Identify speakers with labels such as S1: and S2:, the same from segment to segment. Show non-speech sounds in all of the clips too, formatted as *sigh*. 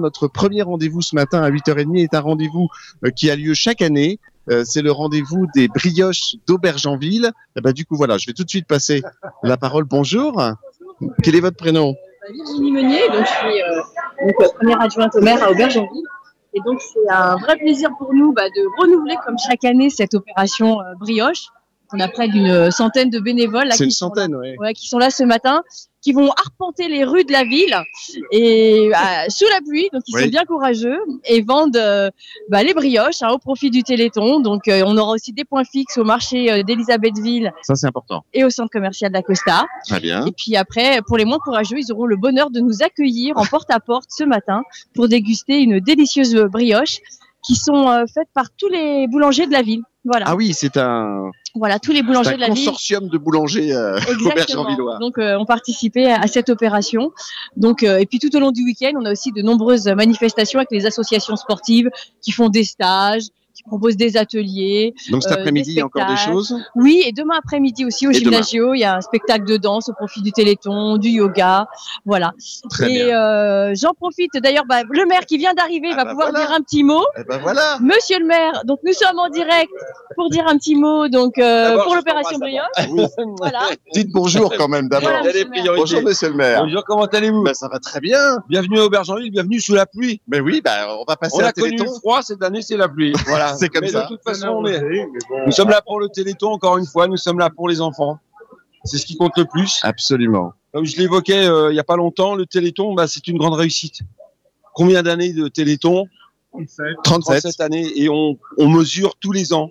S1: Notre premier rendez-vous ce matin à 8h30 est un rendez-vous euh, qui a lieu chaque année. Euh, C'est le rendez-vous des brioches d'Aubergenville. Eh ben, du coup, voilà, je vais tout de suite
S2: *laughs*
S1: passer la parole. Bonjour. Quel est votre prénom
S2: Virginie Meunier, donc je suis euh, donc, euh, première adjointe au maire à Aubergenville. Et donc c'est un vrai plaisir pour nous bah, de renouveler comme chaque année cette opération euh, brioche. On a près d'une euh, centaine de bénévoles là,
S1: C'est une
S2: qui sont là-
S1: centaine, oui.
S2: ouais, qui sont là ce matin, qui vont arpenter les rues de la ville et bah, sous la pluie, donc ils
S1: Oui.
S2: sont bien courageux et vendent euh, bah, les brioches hein, au profit du Téléthon. Donc euh, on aura aussi des points fixes au marché euh, d'Elisabethville
S1: Ça, c'est important.
S2: et au centre commercial d'Acosta.
S1: Très bien.
S2: Et puis après, pour les moins courageux, ils auront le bonheur de nous accueillir en porte-à-porte ce matin pour déguster une délicieuse brioche qui sont euh, faites par tous les boulangers de la ville. Voilà,
S1: Ah oui, c'est un,
S2: voilà tous les
S1: c'est
S2: boulangers
S1: un
S2: de la ville.
S1: consortium de boulangers euh, aubergenvillois.
S2: Donc euh, on participait à, à cette opération. Donc euh, et puis tout au long du week-end, on a aussi de nombreuses manifestations avec les associations sportives qui font des stages, qui proposent des ateliers.
S1: Donc cet
S2: Euh, des
S1: après-midi, il y a encore des
S2: spectacles.
S1: choses.
S2: Oui, et demain après-midi aussi au
S1: Et demain.
S2: gymnasio, il y a un spectacle de danse au profit du Téléthon, du yoga, voilà.
S1: Très
S2: et
S1: bien.
S2: euh, j'en profite d'ailleurs, bah, le maire qui vient d'arriver
S1: Ah
S2: va
S1: bah
S2: pouvoir
S1: voilà.
S2: dire un petit mot.
S1: Eh ben voilà.
S2: Monsieur le maire, donc nous sommes en direct pour dire un petit mot donc euh,
S3: D'abord,
S2: pour
S3: je
S2: l'opération
S3: vous
S2: Brioche.
S3: embrasse
S1: Oui.
S2: Voilà.
S1: *laughs* Dites bonjour quand même d'abord.
S2: Voilà.
S3: Il y
S2: monsieur
S3: a des
S2: le maire.
S3: priorités.
S1: Bonjour Monsieur le Maire.
S3: Bonjour, comment allez-vous
S1: Ben, ça va très bien.
S3: Bienvenue à Aubergenville, bienvenue sous la pluie.
S1: Mais oui, ben, on va passer
S3: On
S1: à
S3: a connu le
S1: Téléthon.
S3: froid, cette année c'est la pluie. Voilà.
S1: *laughs* C'est comme
S3: Mais
S1: ça.
S3: De toute façon, on est- nous sommes là pour le Téléthon, encore une fois, nous sommes là pour les enfants. C'est ce qui compte le plus.
S1: Absolument.
S3: Comme je l'évoquais euh, il y a pas longtemps, le Téléthon, bah, c'est une grande réussite. Combien d'années de Téléthon
S1: 37.
S3: 37 années et on, on mesure tous les ans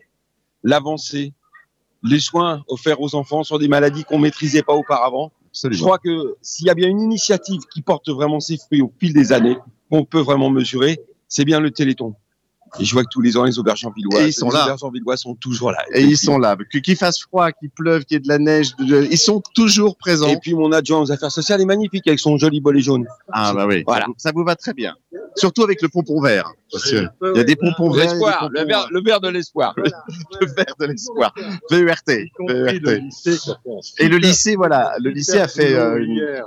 S3: l'avancée, les soins offerts aux enfants sur des maladies qu'on maîtrisait pas auparavant. Je
S1: Absolument.
S3: crois que s'il y a bien une initiative qui porte vraiment ses fruits au fil des années, qu'on peut vraiment mesurer, c'est bien le Téléthon. Et je vois que tous les ans, les aubergenvillois,
S1: Et ils sont
S3: les
S1: là.
S3: aubergenvillois sont toujours là.
S1: Et ils sont là. Que- Qu'il fasse froid, qu'il pleuve, qu'il y ait de la neige, de- ils sont toujours présents.
S3: Et puis mon adjoint aux affaires sociales est magnifique avec son joli bolet jaune.
S1: Ah bah oui.
S3: Voilà.
S1: Ça vous va très bien. Surtout avec le pompon vert. Parce que il y a des pompons verts. et des
S3: L'espoir,
S1: pompons
S3: le vert, le vert de l'espoir.
S1: le vert de l'espoir. E VERT. VERT. Et le lycée, voilà. Le lycée a fait euh, une-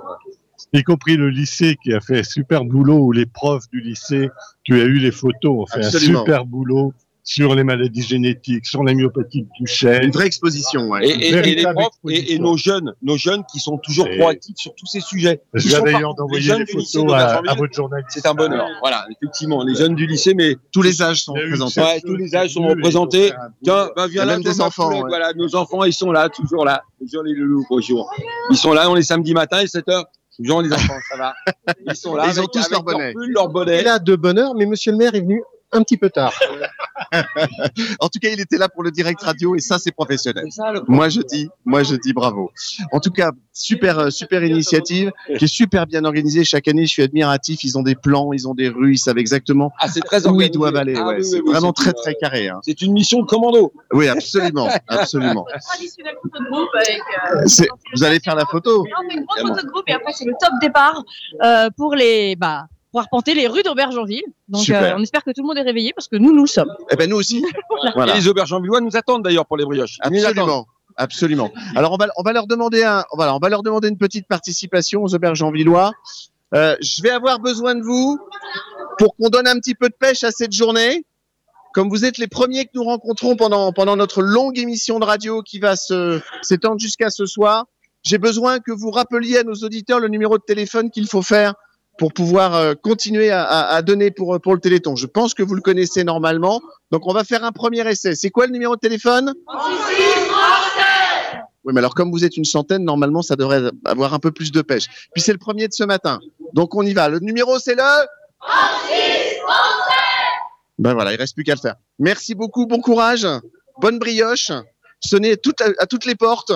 S4: y compris le lycée qui a fait un super boulot ou les profs du lycée. Tu as eu les photos, ont fait
S1: Absolument.
S4: un super boulot sur les maladies génétiques, sur la myopathie du
S1: une
S4: chêne.
S1: vraie exposition.
S3: Et,
S1: Ouais.
S3: et- et les
S4: Véritable
S3: profs et, et
S4: exposition.
S3: nos jeunes, nos jeunes qui sont toujours
S4: Et-
S3: proactifs sur tous ces sujets.
S4: Je
S3: Ils
S4: viens
S3: sont
S4: d'ailleurs
S3: partout.
S4: d'envoyer
S3: jeunes
S4: les
S3: du lycée
S4: photos à,
S3: d'Aubergenville,
S4: à votre journaliste.
S3: C'est un bonheur. Voilà, effectivement, les jeunes du lycée, mais
S1: Tous les âges sont
S4: Il y a eu
S1: représentés.
S3: Ouais,
S4: cette
S3: tous les
S4: chose
S3: âges sont
S4: qui est venue,
S3: représentés.
S4: ils ont fait un boulot.
S3: Tiens, ben
S1: Il y a
S3: viens là,
S1: même
S3: toi,
S1: des
S3: ma
S1: enfants,
S3: poulette,
S1: ouais.
S3: Voilà, nos enfants, ils sont là, toujours là. Toujours les loulous, bonjour. Ils sont là, on est samedi matin, et 7 heures. Toujours les enfants, ça
S1: *laughs*
S3: va. Ils sont là.
S1: Ils ont
S3: avec-
S1: tous
S3: avec
S1: leur bonnet.
S3: pull, leur bonnet.
S5: Il a de bonheur, mais monsieur le maire est venu un petit peu tard.
S1: En tout cas, il était là pour le direct radio et ça, c'est professionnel.
S3: C'est ça, le-
S1: Moi, je dis, moi, je dis bravo. En tout cas, super, euh, super initiative qui est super bien organisée. Chaque année, je suis admiratif. Ils ont des plans, ils ont des rues, ils savent exactement
S3: Ah, c'est très
S1: où ils
S3: organisé.
S1: doivent aller.
S3: Ah
S1: ouais.
S3: oui, oui,
S1: c'est
S3: oui,
S1: vraiment
S3: c'est
S1: très,
S3: une,
S1: très
S3: euh,
S1: carré. hein.
S3: C'est une mission de commando.
S1: Oui, absolument, absolument.
S2: Traditionnel photo de groupe avec.
S1: *laughs*
S2: euh,
S1: C'est- Vous allez faire la photo.
S2: on fait une grande photo de groupe et après c'est le top départ euh, pour les bah pour arpenter les rues d'Aubergenville. Donc
S1: Super.
S2: euh, on espère que tout le monde est réveillé parce que nous nous le sommes.
S1: Eh ben, nous aussi.
S3: Et
S1: Voilà.
S3: les aubergenvillois nous attendent d'ailleurs pour les brioches. Ils nous attendent.
S1: Absolument. Absolument. Alors on va on va leur demander un voilà on va leur demander une petite participation aux auberges en villois. Euh, je vais avoir besoin de vous pour qu'on donne un petit peu de pêche à cette journée. Comme vous êtes les premiers que nous rencontrons pendant pendant notre longue émission de radio qui va se s'étendre jusqu'à ce soir, j'ai besoin que vous rappeliez à nos auditeurs le numéro de téléphone qu'il faut faire pour pouvoir euh, continuer à, à- à donner pour pour le Téléthon. Je pense que vous le connaissez normalement, donc on va faire un premier essai. C'est quoi le numéro de téléphone oui, mais alors comme vous êtes une centaine, normalement, ça devrait avoir un peu plus de pêche. Puis c'est le premier de ce matin. Donc on y va. Le numéro, c'est le... Ben voilà, il reste plus qu'à le faire. Merci beaucoup, bon courage, bonne brioche. Sonnez toutes- à toutes les portes.